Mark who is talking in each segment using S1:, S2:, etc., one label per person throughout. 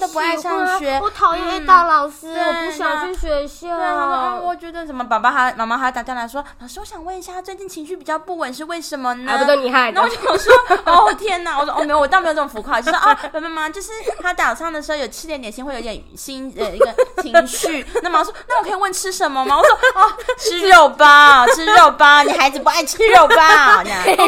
S1: 都不爱上学，嗯
S2: 我讨厌 A 大老师，我不想去学校。
S1: 对，他说啊，我觉得什么，爸爸还妈妈还打电话来说，老师，我想问一下，最近情绪比较不稳是为什么呢？
S2: 啊，不都你害的
S1: 然后？我就说，哦天哪！我说哦没有，我倒没有这种浮夸，就是 啊，爸爸妈妈就是他早上的时候有吃点点心，会有点心呃一个情 绪。那妈妈说，哦那我可以问吃什么吗？我说哦，吃肉 吧，吃肉吧，你孩子不爱吃肉 吧？这样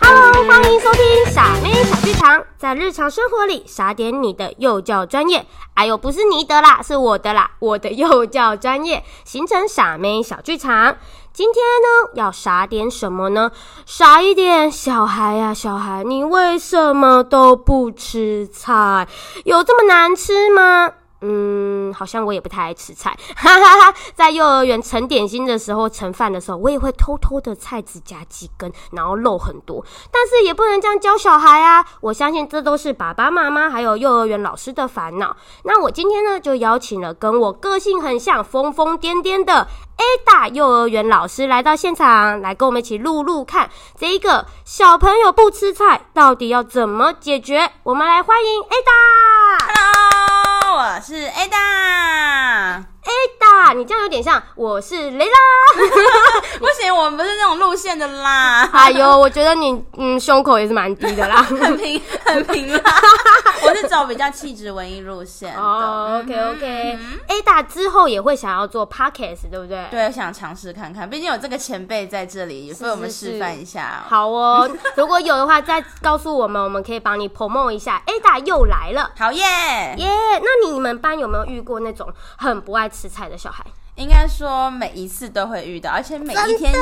S2: Hello，欢迎收听傻妹小剧场，在日常生活里撒点你的幼教专业。哎呦，不是你的啦，是我的啦，我的幼教专业，形成傻妹小剧场。今天呢，要撒点什么呢？撒一点小孩呀、小孩，你为什么都不吃菜？有这么难吃吗？嗯，好像我也不太爱吃菜，哈哈哈。在幼儿园盛点心的时候、盛饭的时候，我也会偷偷的菜籽夹几根，然后肉很多。但是也不能这样教小孩啊！我相信这都是爸爸妈妈还有幼儿园老师的烦恼。那我今天呢，就邀请了跟我个性很像、疯疯癫癫的 A 大幼儿园老师来到现场，来跟我们一起录录看这一个小朋友不吃菜到底要怎么解决。我们来欢迎 A 大。
S1: ，Hello，我是 Ada。
S2: Ada，你这样有点像我是雷拉。
S1: 不行，我们不是那种路线的啦，
S2: 哎呦，我觉得你嗯胸口也是蛮低的 啦。
S1: 很 平很平啦。我是走比较气质文艺路线的。
S2: 哦、o
S1: 嗯
S2: k OK。Ada 之后也会想要做 podcast，对不对？。
S1: 对，想尝试看看，毕竟有这个前辈在这里，也为我们示范一下。
S2: 好哦， 如果有的话再告诉我们，我们可以帮你 promo 一下。Ada 又来了，
S1: 好耶！
S2: 耶、那你们班有没有遇过那种很不爱吃菜的小孩？
S1: 应该说每一次都会遇到，而且每一天都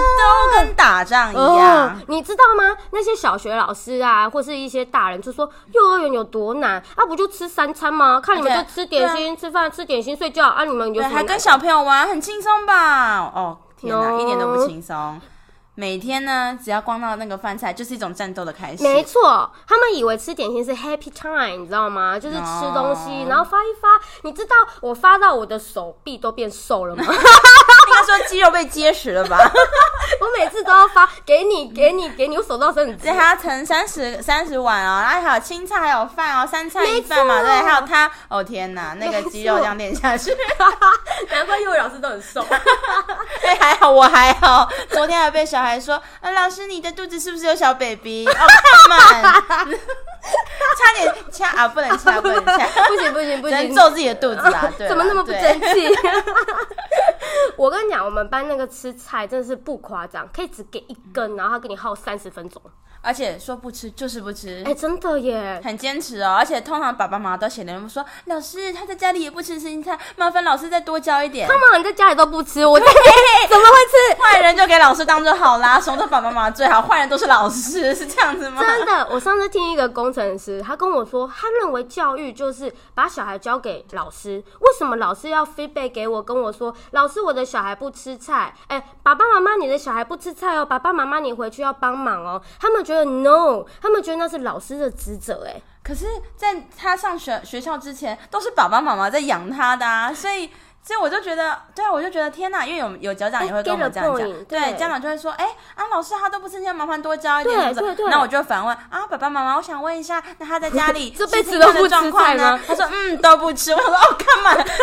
S1: 跟打仗一
S2: 哦
S1: 样。，
S2: 你知道吗？那些小学老师啊，或是一些大人就说幼儿园有多难啊，不就吃三餐吗？看你们
S1: 对
S2: 就吃点心、吃饭、吃点心、睡觉啊，你们有
S1: 对，
S2: 什么
S1: 还
S2: 难
S1: 跟小朋友玩，很轻松吧？哦，天哪
S2: No
S1: 一点都不轻松。每天呢，只要光到那个饭菜，就是一种战斗的开始。
S2: 没错，他们以为吃点心是 happy time，你知道吗？就是吃东西，然后发一发。你知道我发到我的手臂都变瘦了吗？
S1: 应该说肌肉被结实了吧？
S2: 我每次都要发给 你，给你，给你，我手到伸直
S1: 对，。还要盛三十三十碗哦，然后还有青菜，还有饭哦，三菜一饭嘛，
S2: 没错
S1: 对，还有汤。哦天哪，那个肌肉这样练下去。
S2: 难怪幼儿老师都很瘦。
S1: 哎、还好我还好，昨天还被小孩说，啊、老师你的肚子是不是有小 baby？哦，看嘛，差点掐啊，不能掐，不能掐，
S2: 不行不行不
S1: 只能
S2: 行，
S1: 揍自己的肚子 啊！对啦，
S2: 怎么那么不
S1: 对
S2: 争气？ 我跟你讲，我们班那个吃菜真的是不夸张，可以只给一根，然后他给你耗三十分钟。
S1: 而且说不吃就是不吃。
S2: 哎、真的 耶！
S1: 很坚持哦，而且通常爸爸妈妈都显得说，老师他在家里也不吃青菜，麻烦老师再多教一点。
S2: 他们在家里都不吃，我在 怎么会吃？
S1: 坏人就给老师当就好啦，怂的爸爸妈妈最好，坏人都是老师，是这样子吗？
S2: 真的，我上次听一个工程师，他跟我说，他认为教育就是把小孩交给老师。为什么老师要 feedback 给我，跟我说，老师我的小孩不吃菜，哎、爸爸妈妈你的小孩不吃菜哦，爸爸妈妈你回去要帮忙哦。他们觉得 no，他们觉得那是老师的职责、哎，
S1: 可是，在他上学学校之前，都是爸爸妈妈在养他的啊，所以，所以我就觉得，对啊，我就觉得天哪，因为有有家长
S2: 哎
S1: 也会跟我们这样
S2: Get the
S1: 讲
S2: point，，
S1: 对，
S2: 对
S1: 家长就会说，哎、啊，老师他都不吃，你麻烦多教一点，
S2: 对
S1: 或者
S2: 对对
S1: 那我就反问啊，爸爸妈妈，我想问一下，那他在家 里
S2: 这辈子
S1: 吃青菜
S2: 都不
S1: 的
S2: 吃
S1: 状况
S2: 菜
S1: 呢
S2: 吗？
S1: 他说，嗯，都不吃。我想说，哦，干嘛？他都不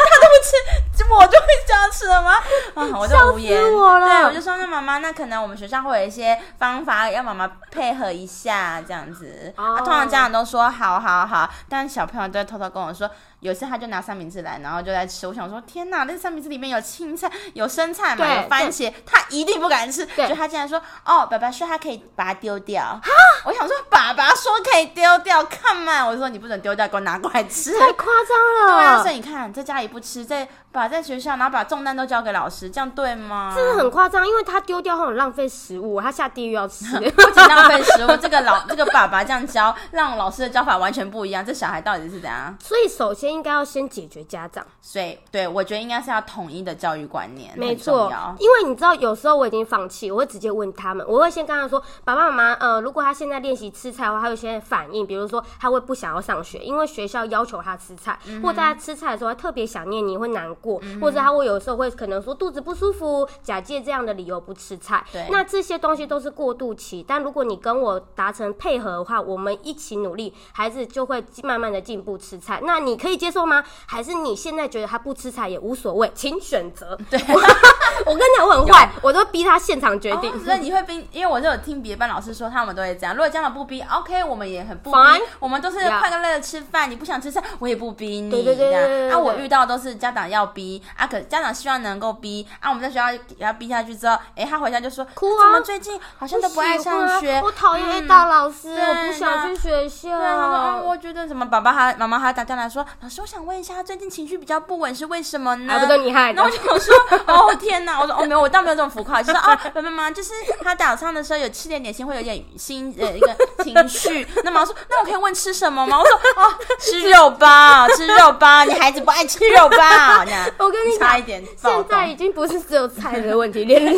S1: 吃，我就会这样吃了吗？啊，我
S2: 笑
S1: 就
S2: 死
S1: 无言。
S2: 我了
S1: 对，我就说，那妈妈，那可能我们学校会有一些方法，要妈妈配合一下，这样子。
S2: 哦
S1: 啊，通常家长都说好好好，但小朋友都会偷偷跟我说，有一次他就拿三明治来，然后就在吃。我想说，天哪，那三明治里面有青菜、有生菜嘛，
S2: 对
S1: 有番茄，他一定不敢吃。
S2: 对
S1: 就他竟然说，哦，爸爸说他可以把它丢掉。我想说，爸爸说可以丢掉，看嘛，我说你不准丢掉，给我拿过来吃。
S2: 太夸张了。
S1: 对啊，所以你看，在家里不吃，在把在学校，然后把重担都交给老师，这样对吗？
S2: 真的很夸张，因为他丢掉后很浪费食物，他下地狱要 吃。
S1: 不仅浪费食物，这个老这个爸爸这样教，让老师的教法完全不一样。这小孩到底是怎样？
S2: 所以首先应该要先解决家长。
S1: 所以对我觉得应该是要统一的教育观念，
S2: 没
S1: 很
S2: 错
S1: 重要，
S2: 因为你知道，有时候我已经放弃，我会直接问他们，我会先跟他说，爸爸妈妈，呃，如果他现在练习吃菜的话，他有些反应，比如说他会不想要上学，因为学校要求他吃菜，
S1: 嗯
S2: 或者他吃菜的时候他特别想念你，会难过，或者他会有时候会可能说肚子不舒服，假借这样的理由不吃菜
S1: 对。
S2: 那这些东西都是过渡期，但如果你跟我达成配合的话，我们一起努力，孩子就会慢慢的进步吃菜。那你可以接受吗？还是你现在觉得他不吃菜也无所谓？请选择。
S1: 对。
S2: 我跟你讲，我很坏，我都逼他现场决定。
S1: 哦所以你会逼，因为我是有听别班老师说，他们都会这样。如果家长不逼，OK，我们也很不逼
S2: Fine，
S1: 我们都是
S2: Yeah
S1: 快快乐乐吃饭。你不想吃菜，我也不逼你。
S2: 对对对
S1: 这样
S2: 对对对
S1: 啊，我遇到都是家长要逼啊，可家长希望能够逼啊，我们在学校给他逼下去之后，哎，他回家就说，
S2: 哭啊
S1: 怎么最近好像都不爱上学，
S2: 我讨厌
S1: 嗯
S2: A 大老师，
S1: 对
S2: 我不想去学校。
S1: 对，他说，嗯，我觉得什么，爸爸还妈妈还打电话来说，老师，我想问一下，最近情绪比较不稳是为什么呢？
S2: 还啊不都你害的
S1: 然后？我就想说，哦天哪！我说哦没有，我倒没有这种浮夸，就是哦，没没没，就是他早上的时候有吃点点心，会有点心呃一个情绪。那妈妈说，那我可以问吃什么吗？我说哦，吃肉吧，吃肉吧，你孩子不爱吃肉吧？这样
S2: 我跟你讲
S1: 差一点爆
S2: 现
S1: 动
S2: 在已经不是只有菜的问题， 连肉，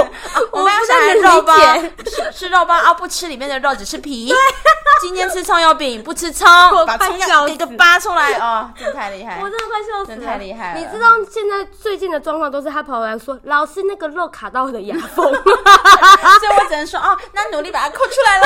S1: 哦我
S2: 我
S1: 们要
S2: 不
S1: 下来
S2: 太
S1: 肉
S2: 能理
S1: 吧
S2: 解。，啊
S1: 吃吃肉吧啊！不吃里面的肉，只吃皮。今天吃葱油饼，不吃葱，
S2: 我
S1: 把
S2: 快
S1: 葱
S2: 笑
S1: 要给个
S2: 死
S1: 扒出来哦，真的太厉害
S2: 我。真的快笑死了，
S1: 真太厉害了
S2: 你知道现在最近的状况都是他跑来说，老师那个肉卡到我的牙 缝，
S1: 所以我只能说哦，那努力把它抠出来喽。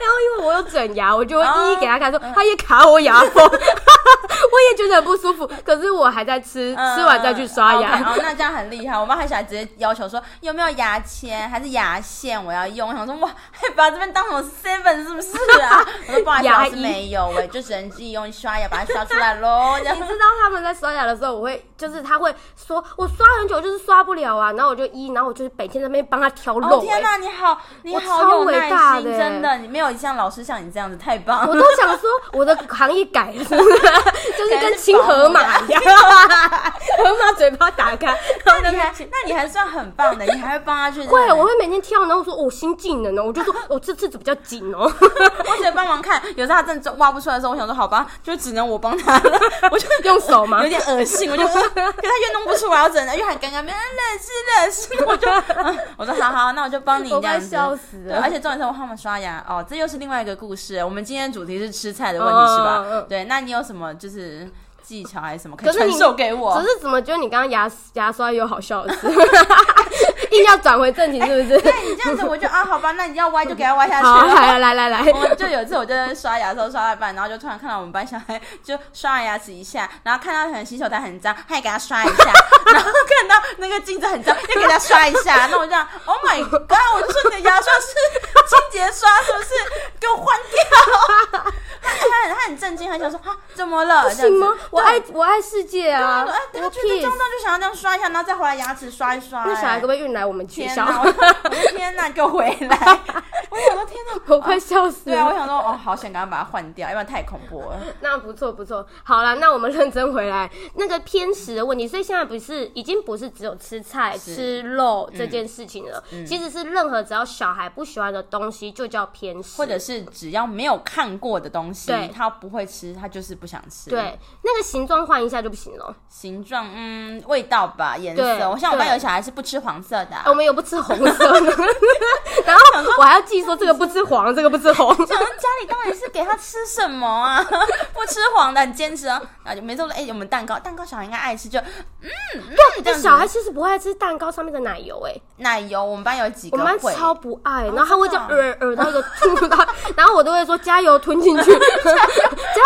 S2: 然后因为我有整牙，我就会一一给他看，说
S1: 哦
S2: 他也卡我牙缝， 我也觉得很不舒服。可是我还在吃，
S1: 嗯
S2: 吃完再去刷牙。
S1: OK，哦，那这样很厉害。我妈还想直接要求说有没有牙签还是牙线我要用。我想说哇，还把这边当什么 seven 是不是啊？我说不好意 思，
S2: 牙
S1: 老
S2: 医
S1: 师没有哎、就只能自己用刷牙把它刷出来喽。这样
S2: 你知道他们在刷牙的时候，我会就是他会说，我刷很久就是刷不了啊，然后我就一，然后我就是每天在那边帮他挑 肉、
S1: 哦天
S2: 欸
S1: 哪，你好，你
S2: 我
S1: 好
S2: 超
S1: 有
S2: 伟
S1: 耐
S2: 大
S1: 心，
S2: 的
S1: 真
S2: 欸
S1: 的，你没有像老师像你这样子，太棒
S2: 我
S1: 了。
S2: 都想说我的行业改了，是 不是？就是跟青河马一样， 河马嘴巴打开，然后在那
S1: 那 你
S2: 边
S1: 还那你还算很棒的，你还会帮他去
S2: 会，
S1: 认
S2: 我会每天挑，然后说哦新技能哦，我就说哦这次比较紧 哦，
S1: 我只能帮忙看，有时候他真的挖不出来的时候，我想说好吧，就只能我帮他了， 我就
S2: 用手吗
S1: 有？点恶心，我就， 呃可是他越弄不出来，我只能越喊尴尬，没人啊认识认识，我就， 嗯我说好好，那我就帮你
S2: 我
S1: 这
S2: 快
S1: 样子。
S2: 笑死
S1: 对，
S2: 了
S1: 而。且重点是我帮他们刷牙哦，这又是另外一个故事。我们今天主题是吃菜的问题，
S2: 嗯
S1: 是
S2: 嗯
S1: 吧
S2: 嗯？
S1: 对，那你有什么就是技巧还是什哦么可
S2: 可
S1: 以
S2: 是
S1: 传
S2: 你
S1: 授给我
S2: 只？是怎么觉得你刚刚牙牙刷有好笑的事， 硬要转回正题是不是？
S1: 对你这样子， 我就啊，好吧，那你要歪就给他歪下去
S2: 好，
S1: 了。
S2: 来来来来，
S1: 我们就有一次，我就在刷牙的时候刷到一半，然后就突然看到我们班小孩就刷完牙齿一下，然后看到可能洗手台很脏，还给他刷一下， 然后看到那个镜子很脏，又给他刷一下。那我这样，Oh my god！我就说你的牙刷是清洁刷是不是？给我换掉！他他很他很震惊，很想说啊，怎么了？这
S2: 什
S1: 样
S2: 么
S1: 子？
S2: 我爱我爱世界
S1: 对
S2: 啊
S1: 啊，哎，！他
S2: 我
S1: 觉得
S2: peace
S1: 脏脏就想要这样刷一下，然后再回来牙齿刷一刷。
S2: 那小孩
S1: 哎
S2: 可不可以运来我们学
S1: 天
S2: 校？
S1: 哪！我的我的天哪，给我回来！我想说天哪，
S2: 我快笑死
S1: 对啊，我
S2: 了。
S1: 想说，哦，好想赶快把它换掉，要不然太恐怖 了。
S2: 那不错不错，好了，那我们认真回来那个偏食的问题，所以现在不是已经不是只有吃菜
S1: 是嗯
S2: 吃肉这件事情了，其实是任何只要小孩不喜欢的东西就叫偏食，
S1: 或者是只要没有看过的东西
S2: 对，
S1: 他不会吃，他就是不想吃。，
S2: 对那个形状换一下就不行
S1: 啊
S2: 了。
S1: 形状，嗯，味道吧，颜
S2: 对
S1: 色。我像我班
S2: 对
S1: 有小孩是不吃黄色的、啊
S2: 啊 我。们有不吃红色 的，然后我还要记说这个不吃黄，这个不吃红。
S1: 想说家里到底是给他吃什么啊？ 不吃黄的，很坚持哦。啊，就没做了。哎、我们蛋糕，蛋糕小孩应该爱吃，就这
S2: 但
S1: 样 子
S2: 小孩其实不爱吃蛋糕上面的奶油、哎，
S1: 奶油。我们班有几
S2: 我
S1: 个
S2: 们班
S1: 会， 哦
S2: 超不爱，然后他会这样
S1: 真的啊
S2: 呃呃到一个 吐出到，然后我都会说加油吞进去，
S1: 好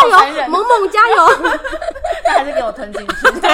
S2: 加
S1: 残
S2: 油，
S1: 忍
S2: 萌萌加 油，
S1: 但还是给我吞进去。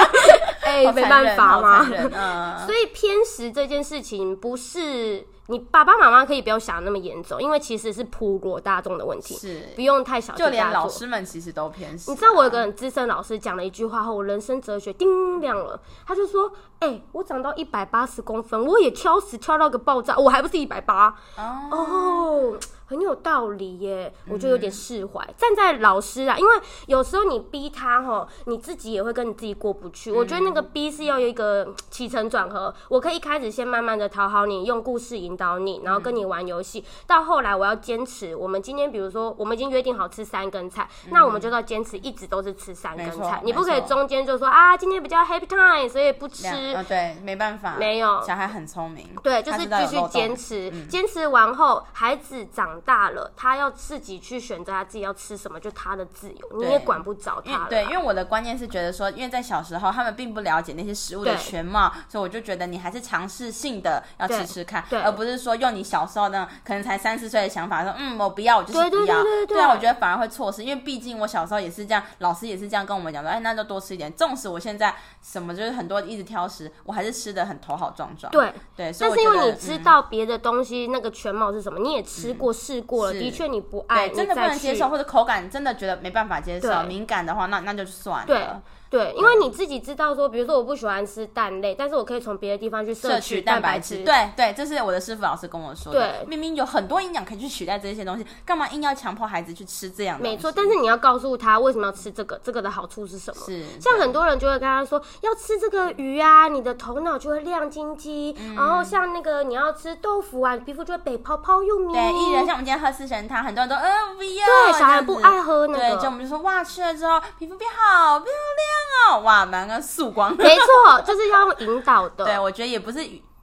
S2: 哎、
S1: 好残忍
S2: 没办法
S1: 好
S2: 嘛
S1: 残。忍嗯，
S2: 所以偏食这件事情不是你爸爸妈妈可以不用想那么严重，因为其实是普罗大众的问题，
S1: 是
S2: 不用太小题
S1: 就连
S2: 大
S1: 老
S2: 做。
S1: 师们其实都偏食啊。
S2: 你知道我有个很资深老师讲了一句话后，我人生哲学叮亮了。他就说：“哎、我长到一百八十公分，我也挑食挑到个爆炸，我还不是一百八
S1: 哦，嗯
S2: 哦，很有道理耶，我就有点释怀。站在老师啊，因为有时候你逼他吼，你自己也会跟你自己过不
S1: 嗯
S2: 去。我觉得那个逼是要有一个嗯起承转合，我可以一开始先慢慢的讨好你，用故事引导你，然后
S1: 嗯
S2: 跟你玩游戏。到后来我要坚持，我们今天比如说我们已经约定好吃三根菜，那我们就要坚持一直都是吃三根
S1: 嗯没错
S2: 菜，你不可以
S1: 没错
S2: 中间就说啊今天比较 happy time，所以不吃。
S1: 两啊，对，没办法，
S2: 没有
S1: 小孩很聪明，
S2: 对，就是
S1: 他知道
S2: 继
S1: 有
S2: 续
S1: 漏洞嗯
S2: 坚持，坚持完后，孩子长大了，他要自己去选择他自己要吃什么，就他的自由，你
S1: 对
S2: 也管不着
S1: 因
S2: 他
S1: 为
S2: 了。
S1: 对，因为我的观念是觉得说，因为在小时候他们并不了解那些食物的
S2: 对
S1: 全貌，所以我就觉得你还是尝试性的要
S2: 对
S1: 吃吃看，
S2: 对
S1: 而不是说用你小时候那种可能才三四岁的想法说，嗯，我不要，我就是
S2: 对
S1: 不
S2: 对
S1: 要。
S2: 对对对
S1: 啊，我觉得反而会错失，因为毕竟我小时候也是这样，老师也是这样跟我们讲说，哎，那就多吃一点。纵使我现在什么就是很多一直挑食，我还是吃的很头好壮壮。
S2: 对
S1: 对，所
S2: 但
S1: 以我
S2: 是因
S1: 觉
S2: 为
S1: 得嗯
S2: 你知。道别的东西那个全貌是什么，你也吃过、试过了，
S1: 是
S2: 的确你不
S1: 嗯
S2: 爱，
S1: 对，真的
S2: 你
S1: 不
S2: 再
S1: 能接
S2: 去
S1: 受，或者口感真的觉得没办法接受，
S2: 对
S1: 敏感的话，那那就算了。
S2: 对对，因为你自己知道说，比如说我不喜欢吃蛋类，但是我可以从别的地方去
S1: 摄
S2: 取
S1: 取
S2: 蛋
S1: 蛋
S2: 白
S1: 白
S2: 质。
S1: 质。对对，这是我的师傅老师跟我说的。
S2: 对
S1: 明明有很多营养可以去取代这些东西，干嘛硬要强迫孩子去吃这样的？
S2: 没错，，但是你要告诉他为什么要吃这个，这个的好处是什么？
S1: 是
S2: 像很多人就会跟他说，要吃这个鱼啊，你的头脑就会亮晶晶。
S1: 嗯
S2: 然后像那个你要吃豆腐啊，你皮肤就会北泡泡又咪。
S1: 对艺人，像我们今天喝四神汤，很多人都嗯不要，
S2: 嗯对
S1: 这样
S2: 小孩不
S1: 子
S2: 爱喝那个
S1: 对，就我们就说哇，吃了之后皮肤变好漂亮哦，哇，满个素光。
S2: 没错，就是要用引导的。
S1: 对，我觉得也不是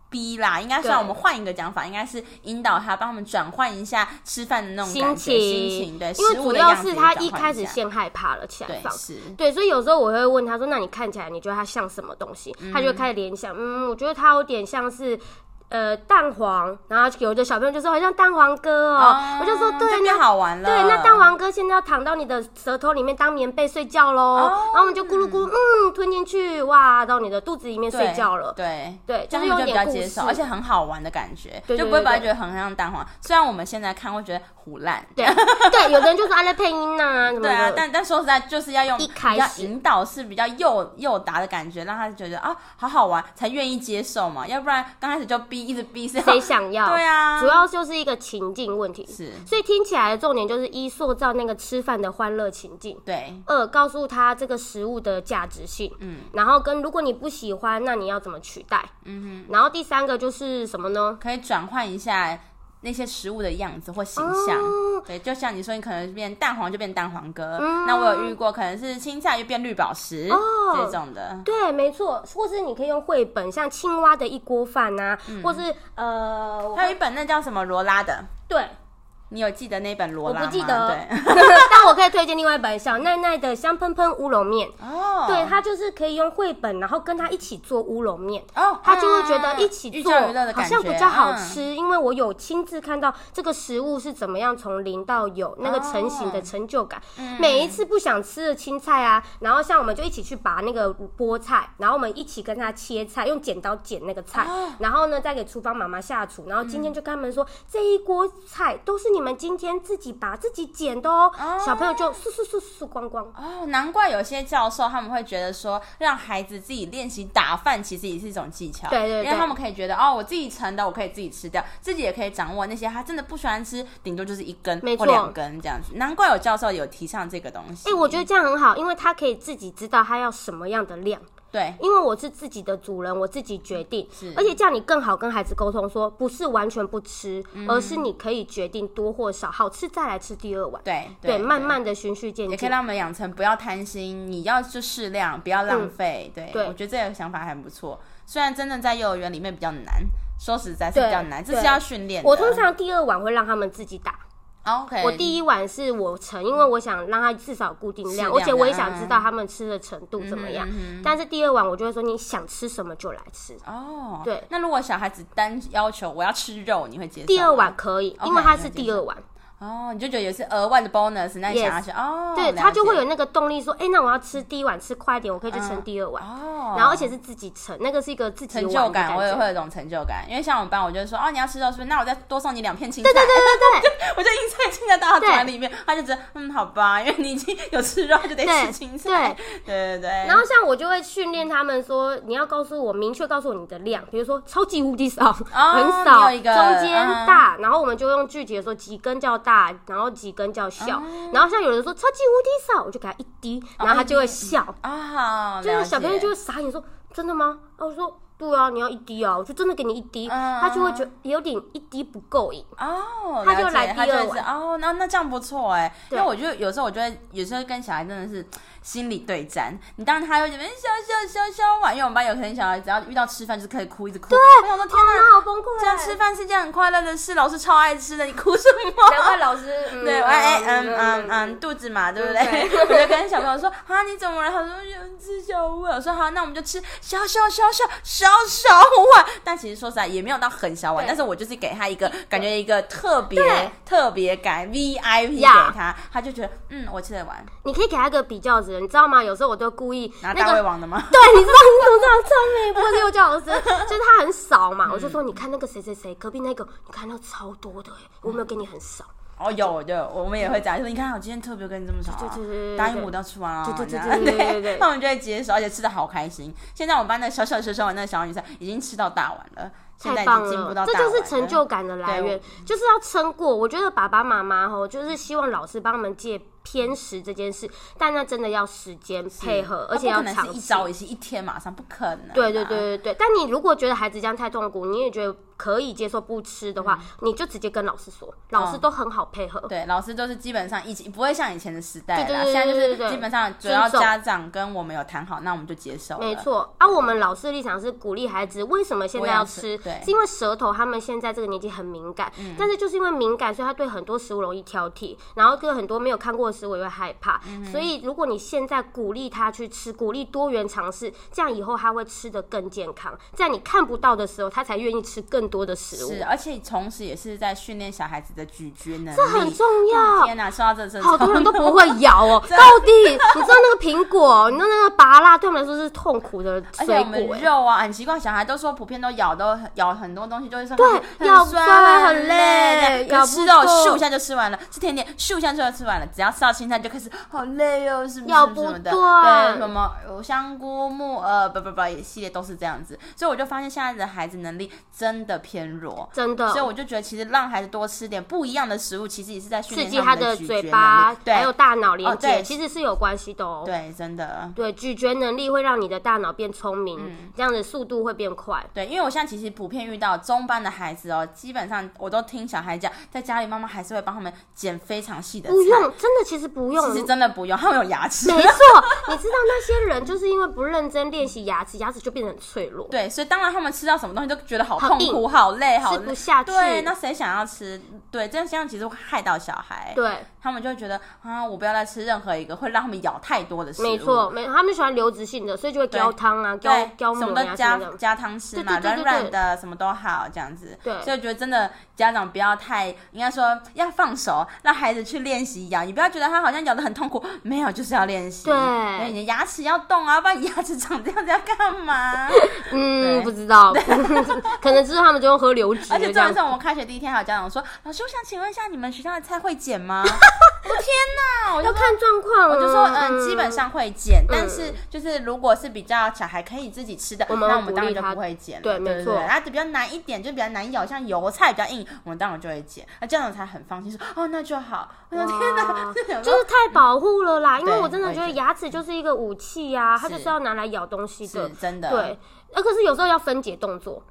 S1: 逼啦，应该
S2: 对
S1: 算我们换一个讲法，应该是引导他，帮他们转换一下吃饭的那种
S2: 心
S1: 感
S2: 情，
S1: 觉、心情，对，
S2: 因为
S1: 食物
S2: 主
S1: 的
S2: 要
S1: 样
S2: 是
S1: 子也
S2: 他
S1: 转
S2: 一
S1: 换
S2: 开始
S1: 下
S2: 先害怕了，起来
S1: 对
S2: 放。
S1: 是。
S2: 对，所以有时候我会问他说：“那你看起来你觉得它像什么东西？”他就会开始联想，嗯，我觉得它有点像是。呃，蛋黄，然后有的小朋友就说好像蛋黄哥哦，我就说
S1: 嗯
S2: 对，
S1: 这
S2: 那
S1: 变好玩了。
S2: 对，那蛋黄哥现在要躺到你的舌头里面当棉被睡觉喽，
S1: 哦
S2: 然后我们就咕噜咕噜，嗯，吞进去，哇，到你的肚子里面
S1: 对
S2: 睡觉了。
S1: 对
S2: 对
S1: 这
S2: 就
S1: 样
S2: 是有
S1: 他们就比
S2: 点故
S1: 较接受，
S2: 事
S1: 而且很好玩的感觉，
S2: 对对
S1: 就不会
S2: 对
S1: 把它
S2: 对
S1: 觉得很像蛋黄。虽然我们现在看会觉得胡烂，
S2: 对 对，有的人就说啊，来配音呐、什么
S1: 对啊
S2: 的，，
S1: 但但说实在，就是要用
S2: 一
S1: 比
S2: 开
S1: 较
S2: 始
S1: 引导式、比较诱诱达的感觉，让他觉得啊，好好玩，才愿意接受嘛。要不然刚开始就逼，一直逼是要
S2: 谁想要？
S1: 对啊
S2: 主要就是一个情境问题。
S1: 是，
S2: 所以听起来的重点就是一塑造那个吃饭的欢乐情境。
S1: 对，
S2: 二，告诉他这个食物的价值性，嗯，然后跟如果你不喜欢，那你要怎么取代，嗯哼，然后第三个就是什么呢？
S1: 可以转换一下那些食物的样子或形象。
S2: 哦
S1: 对，就像你说，你可能变蛋黄就变蛋黄哥，那我有遇过，可能是青菜就变绿宝石、
S2: 嗯哦
S1: 这种的。
S2: 对，没错，或是你可以用绘本，像青蛙的一锅饭呐、或是呃，我
S1: 嗯还有一本那叫什么罗拉的，
S2: 对，
S1: 你有记得那本罗
S2: 我
S1: 拉吗？
S2: 不记得
S1: 对，，
S2: 但我可以推荐另外一本小奈奈的香喷喷乌龙面，
S1: 哦，
S2: 对，它就是可以用绘本，然后跟他一起做乌龙面。
S1: 哦，
S2: 他就会觉得
S1: 嗯
S2: 一起
S1: 寓
S2: 做
S1: 教于乐的
S2: 好
S1: 感
S2: 像比较好
S1: 觉。嗯
S2: 吃，因为我有亲自看到这个食物是怎么样从零到
S1: 哦
S2: 有那个成型的成就感。
S1: 嗯
S2: 每一次不想吃的青菜啊，然后像我们就一起去拔那个菠菜，然后我们一起跟他切菜，用剪刀剪那个菜，
S1: 哦
S2: 然后呢再给厨房妈妈下厨，然后今天就跟他们
S1: 嗯
S2: 说、这一锅菜都是你们今天自己拔自己剪的哦，小朋友就速速速速光光。
S1: 哦，难怪有些教授他们会觉得说，让孩子自己练习打饭，其实也是一种技巧。
S2: 对对对
S1: 因为他们可以觉得哦，我自己盛的，我可以自己吃掉，自己也可以掌握那些他真的不喜欢吃，顶多就是一根
S2: 没错
S1: 或两根这样子。难怪有教授有提倡这个东西。
S2: 哎、我觉得这样很好，因为他可以自己知道他要什么样的量。
S1: 对，
S2: 因为我是自己的主人，我自己决定，而且这样你更好跟孩子沟通说，不是完全不吃，
S1: 嗯
S2: 而是你可以决定多或少，好吃再来吃第二碗，
S1: 对
S2: 对，慢慢的循序渐
S1: 也可
S2: 进
S1: 以。让我们养成不要贪心，你要就适量，不要浪费。对，
S2: 嗯对
S1: 我觉得这个想法还不错。虽然真的在幼儿园里面比较难，说实在是
S2: 对
S1: 比较难，这
S2: 对
S1: 是要训练的。
S2: 我通常第二碗会让他们自己打，
S1: 哦 OK，
S2: 我第一碗是我盛，因为我想让他至少固定量，
S1: 嗯适量啊嗯
S2: 而且我也
S1: 的
S2: 想知道他们吃的程度怎么样。但是第二碗我就会说，你想吃什么就来吃。
S1: 哦，
S2: 对
S1: 那如果小孩子单要求我要吃肉，你会接受吗？
S2: 第二碗可以，因为
S1: OK，
S2: 它是
S1: 了解
S2: 第二碗，
S1: 哦，你就觉得也是额外的 bonus，那你想要去哦，
S2: 对
S1: 了
S2: 他就会
S1: 解
S2: 有那个动力说，哎、那我要吃第一碗吃快一点，我可以去盛第二碗，
S1: 哦，
S2: 然后而且是自己盛，那个是一个自己
S1: 成
S2: 玩
S1: 就
S2: 的
S1: 感，
S2: 觉
S1: 我也会有种成就感，因为像我们班，我就说哦，你要吃肉是不是？那我再多送你两片青菜，
S2: 对对对对对
S1: 我就硬塞进在大团里面，他就觉得嗯好吧，因为你已经有吃肉，就得吃青菜，对对对，
S2: 然后像我就会训练他们说，你要告诉我明确告诉我你的量，比如说超级无敌少，很少，
S1: 哦你有一个
S2: 中间
S1: 嗯
S2: 大，然后我们就用具体的说几根叫大，然后几根叫
S1: 哦
S2: 小，然后像有人说超级无敌少，我就给他一滴，然后他就会笑，
S1: 啊，
S2: 就是小朋友就
S1: 了
S2: 会傻眼说：“真的吗？”然后我说：“对啊，你要一滴啊，我就真的给你一滴。
S1: 嗯
S2: 他就会觉得有点一滴不够瘾。
S1: 解哦，
S2: 他就
S1: 了解
S2: 来第
S1: 他就
S2: 二
S1: 是
S2: 碗
S1: 哦，那那这样不错哎，因
S2: 对
S1: 为我就有时候我觉得有时候跟小孩真的是心理对战，你当然他会觉得嗯小小小小碗，因为我们班有可能小孩只要遇到吃饭就是可以哭一直哭，对，我想说天哪。
S2: 啊，好崩溃！
S1: 这样吃饭是一件很快乐的事，老师超爱吃的，你哭什么？
S2: 难怪老师
S1: 对，我哎嗯嗯嗯，肚子嘛，对不对？
S2: 对
S1: 我就跟小朋友说啊，你怎么了？他说有人吃小碗。我说好，那我们就吃小小小小小小碗。但其实说实在，也没有到很小碗，
S2: 对
S1: 但是我就是给他一个感觉一个特别
S2: 对
S1: 特别感 VIP 给
S2: 呀
S1: 他，他就觉得嗯，我吃得完。
S2: 你可以给他一个比较值，你知道吗？有时候我都故意
S1: 拿
S2: 那
S1: 大胃
S2: 个。
S1: 王的吗？
S2: 对，你知道你怎么知道赞美不是幼教老师，就是他很少嘛。我就说，你看那个谁谁谁，隔壁那个，你看那个超多的，哎，我没有给你很 少。
S1: 哦，有有，我们也会讲，说你看我今天特别跟你这么少啊、
S2: 对对对对对
S1: 答应我都要吃完啊，
S2: 对对对
S1: 这样
S2: 对对对对对
S1: 那我们就会接受，而且吃的好开心。现在我们班那小小小小碗那个小女生已经吃到大碗了，现在
S2: 太
S1: 已
S2: 棒
S1: 经进步
S2: 了
S1: 到，
S2: 这
S1: 大碗
S2: 就是成就
S1: 了。
S2: 感的来
S1: 对
S2: 源，就是要撑过。我觉得爸爸妈妈吼，就是希望老师帮他们戒偏食这件事，但那真的要时间配合，而且
S1: 那
S2: 要
S1: 嗯不可能
S2: 长
S1: 是一
S2: 期。
S1: 朝一夕一天马上不可能、啊
S2: 对对。对对对，但你如果觉得孩子这样太痛苦，你也觉得可以接受不吃的话，
S1: 嗯
S2: 你就直接跟老师说，老师都很好配合。
S1: 对，老师都是基本上以前不会像以前的时代啦，
S2: 对对对对
S1: 现
S2: 对
S1: 在
S2: 对
S1: 就
S2: 对
S1: 是基本上主
S2: 尊
S1: 要
S2: 重
S1: 家长跟我们有谈好，那我们就接受了。
S2: 没错，啊，我们老师的立场是鼓励孩子，为什么现在要
S1: 我也
S2: 吃？嗯
S1: 是对
S2: 是因为舌头他们现在这个年纪很敏感，但是就是因为敏感，所以他对很多食物容易挑剔，然后对很多没有看过的食物也会害怕。所以如果你现在鼓励他去吃，鼓励多元尝试，这样以后他会吃得更健康，在你看不到的时候，他才愿意吃更多的食物
S1: 是，，而且同时也是在训练小孩子的咀嚼能力，
S2: 这很重要。
S1: 天哪，说到这真的
S2: 好多人都
S1: 超
S2: 不会咬 哦，到底你知道那个苹果，你知道那个芭辣，对我们来说是痛苦的
S1: 而
S2: 水
S1: 且
S2: 果、
S1: 我
S2: 哎。
S1: 们肉啊，很奇怪，小孩都说普遍都咬都咬很多东西，就会说
S2: 对
S1: 很
S2: 咬
S1: 酸
S2: 酸很
S1: 很累
S2: 累，
S1: 可
S2: 咬
S1: 是
S2: 不
S1: 吃肉
S2: 动
S1: 咻一下就吃完了，吃甜点咻一下就吃完了，只要吃到青菜就开始好累哦，是不是
S2: 咬
S1: 什么的？
S2: 不断
S1: 对，什么呃香菇、木耳，不不不，一系列都是这样子，所以我就发现现在的孩子能力真的偏弱。
S2: 真的，
S1: 所以我就觉得，其实让孩子多吃点不一样的食物，其实也是在训
S2: 刺
S1: 练
S2: 激
S1: 他
S2: 他
S1: 们的
S2: 的
S1: 咀
S2: 嘴
S1: 嚼能
S2: 巴
S1: 力，对，
S2: 还有大脑连
S1: 哦
S2: 接，
S1: 对
S2: 其实是有关系的哦。
S1: 对，真的。
S2: 对，咀嚼能力会让你的大脑变聪明，
S1: 嗯
S2: 这样子速度会变快。
S1: 对，因为我现在其实普遍遇到中班的孩子哦，基本上我都听小孩讲，在家里妈妈还是会帮他们剪非常细的
S2: 不
S1: 菜，
S2: 用，真的其实不用。
S1: 其实
S2: 没
S1: 真的不用，他们有牙齿。
S2: 错，你知道那些人就是因为不认真练习牙齿，牙齿就变得很脆弱，
S1: 对，所以当然他们吃到什么东西都觉得好
S2: 好
S1: 痛
S2: 硬
S1: 苦、好累、好
S2: 吃
S1: 累
S2: 不下去。
S1: 对，那谁想要吃？对，这样这样其实会害到小孩，
S2: 对
S1: 他们就会觉得啊，我不要再吃任何一个会让他们咬太多的食物。
S2: 没错，没他们喜欢流质性的，所以就会
S1: 对
S2: 浇汤啊、浇
S1: 对，
S2: 浇
S1: 什
S2: 馍
S1: 么
S2: 呀
S1: 都
S2: 什
S1: 加
S2: 么的。
S1: 加汤吃嘛，
S2: 对对对对
S1: 软软的，什么都好这样子。
S2: 对
S1: 所以我觉得真的家长不要太，应该说要放手，让孩子去练习咬。你不要觉得他好像咬的很痛苦，没有，就是要练习。
S2: 对
S1: 你的牙齿要动啊，不然你牙齿长这样子要干嘛？
S2: 嗯，
S1: 对
S2: 不知 道，可能之后他们就用喝流质
S1: 而
S2: 的这
S1: 且重
S2: 样
S1: 点
S2: 子
S1: 是。我们开学第一天，还有家长说：“老师，我想请问一下，你们学校的菜会剪吗？”我天哪！我就
S2: 要看状况，
S1: 我就说，
S2: 嗯
S1: 嗯，基本上会剪，但是就是如果是比较小孩可以自己吃的，
S2: 我们
S1: 那
S2: 会
S1: 我们
S2: 鼓
S1: 当然
S2: 励
S1: 就
S2: 他
S1: 不会剪了，
S2: 对没
S1: 对
S2: 错
S1: 对啊，比较难一点，就比较难咬，像油菜比较硬，我们当然就会剪，那这样子才很放心说，哦，那就好。我的天哪，这两
S2: 就
S1: 个
S2: 是太保护了啦，因为
S1: 对
S2: 我真的觉
S1: 我
S2: 得
S1: 也
S2: 牙齿就是一个武器呀、它
S1: 是
S2: 就是要拿来咬东西的
S1: 是。真的，
S2: 对，呃，可是有时候要分解动作，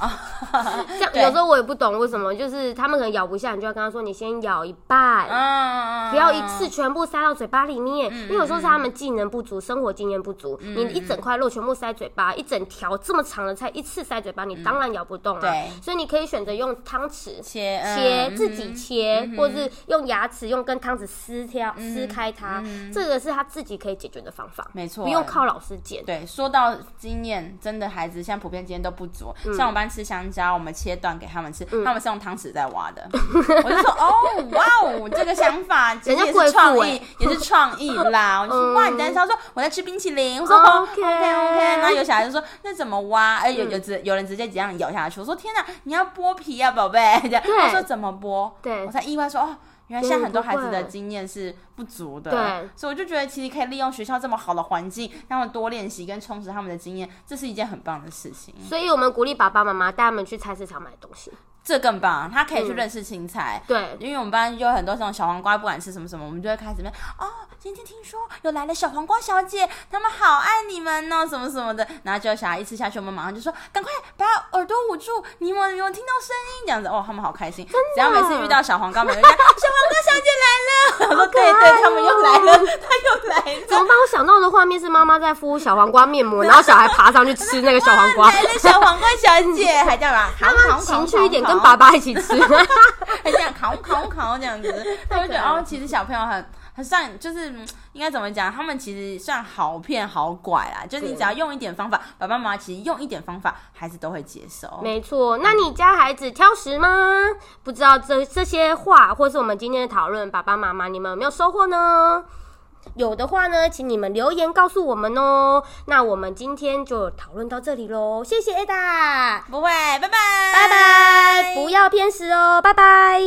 S2: 像
S1: 嗯对
S2: 有时候我也不懂为什么，就是他们可能咬不下，你就要跟他说你先咬一半。
S1: 嗯，嗯，嗯
S2: 不要一次全部塞到嘴巴里面，因为有时候是他们技能不足、生活经验不足。你一整块肉全部塞嘴巴，一整条这么长的菜一次塞嘴巴，你当然咬不动啊
S1: 嗯对。
S2: 所以你可以选择用汤匙
S1: 切
S2: 切
S1: 嗯嗯
S2: 自己切，或是用牙齿用跟汤匙撕挑撕开它，这个是他自己可以解决的方法，
S1: 没错
S2: 不用靠老师剪。嗯
S1: 对，说到经验，真的孩子现在普遍经验都不足。像像我们班吃香蕉，我们切断给他们吃，他们是用汤匙在挖 的。我就说哦，哇哦，这个想法其实
S2: 人家
S1: 也
S2: 贵
S1: 是
S2: 妇
S1: 创
S2: 欸
S1: 意，也是创意啦。我就
S2: 嗯
S1: 说哇，你在说说我在吃冰淇淋，我说
S2: OK 嗯
S1: OK OK。然后有小孩就说那怎么挖？哎，有有直有人直接这样咬下去。我说天哪，你要剥皮啊，宝贝。这样
S2: 对
S1: 他说怎么剥？
S2: 对
S1: 我才意外说哦。原来现在很多孩子
S2: 原来
S1: 的
S2: 不会
S1: 经验是不足的，
S2: 对
S1: 所以我就觉得其实可以利用学校这么好的环境，让他们多练习跟充实他们的经验，这是一件很棒的事情。
S2: 所以我们鼓励爸爸妈妈带他们去菜市场买东西。
S1: 这更棒，他可以去
S2: 嗯
S1: 认识青菜。
S2: 对，
S1: 因为我们班就有很多这种小黄瓜，不管吃什么什么，我们就会开始面哦，今天听说有来了小黄瓜小姐，他们好爱你们哦，什么什么的。然后就小孩一吃下去，我们马上就说赶快把耳朵捂住，你们有没有听到声音？这样子哦，他们好开心。只要每次遇到小黄瓜，每个 人就小黄瓜小姐来了，我说 对
S2: 可爱哦
S1: 对，他们又 来了，他又来
S2: 怎
S1: 了。
S2: 么把我想到的画面是妈妈在敷小黄瓜面膜，然后小孩爬上去吃那个小黄 瓜
S1: 来。了小黄瓜小姐，还这样 吧，
S2: 妈妈情
S1: 行
S2: 趣一点，跟爸爸一起 吃。
S1: 很想考考考这样子，他
S2: 太
S1: 们觉得
S2: 可爱了
S1: 哦，其实小朋友很很算，就是嗯应该怎么讲？他们其实算好骗好拐啦，就是你
S2: 对
S1: 只要用一点方法，爸爸妈妈其实用一点方法，孩子都会接受。
S2: 没错，那你家孩子挑食吗？不知道这这些话，或是我们今天的讨论，爸爸妈妈你们有没有收获呢？有的话呢，请你们留言告诉我们哦。那我们今天就讨论到这里喽，谢谢 Ada，哎
S1: 不会，拜拜，
S2: 拜拜，不要偏食哦，拜拜。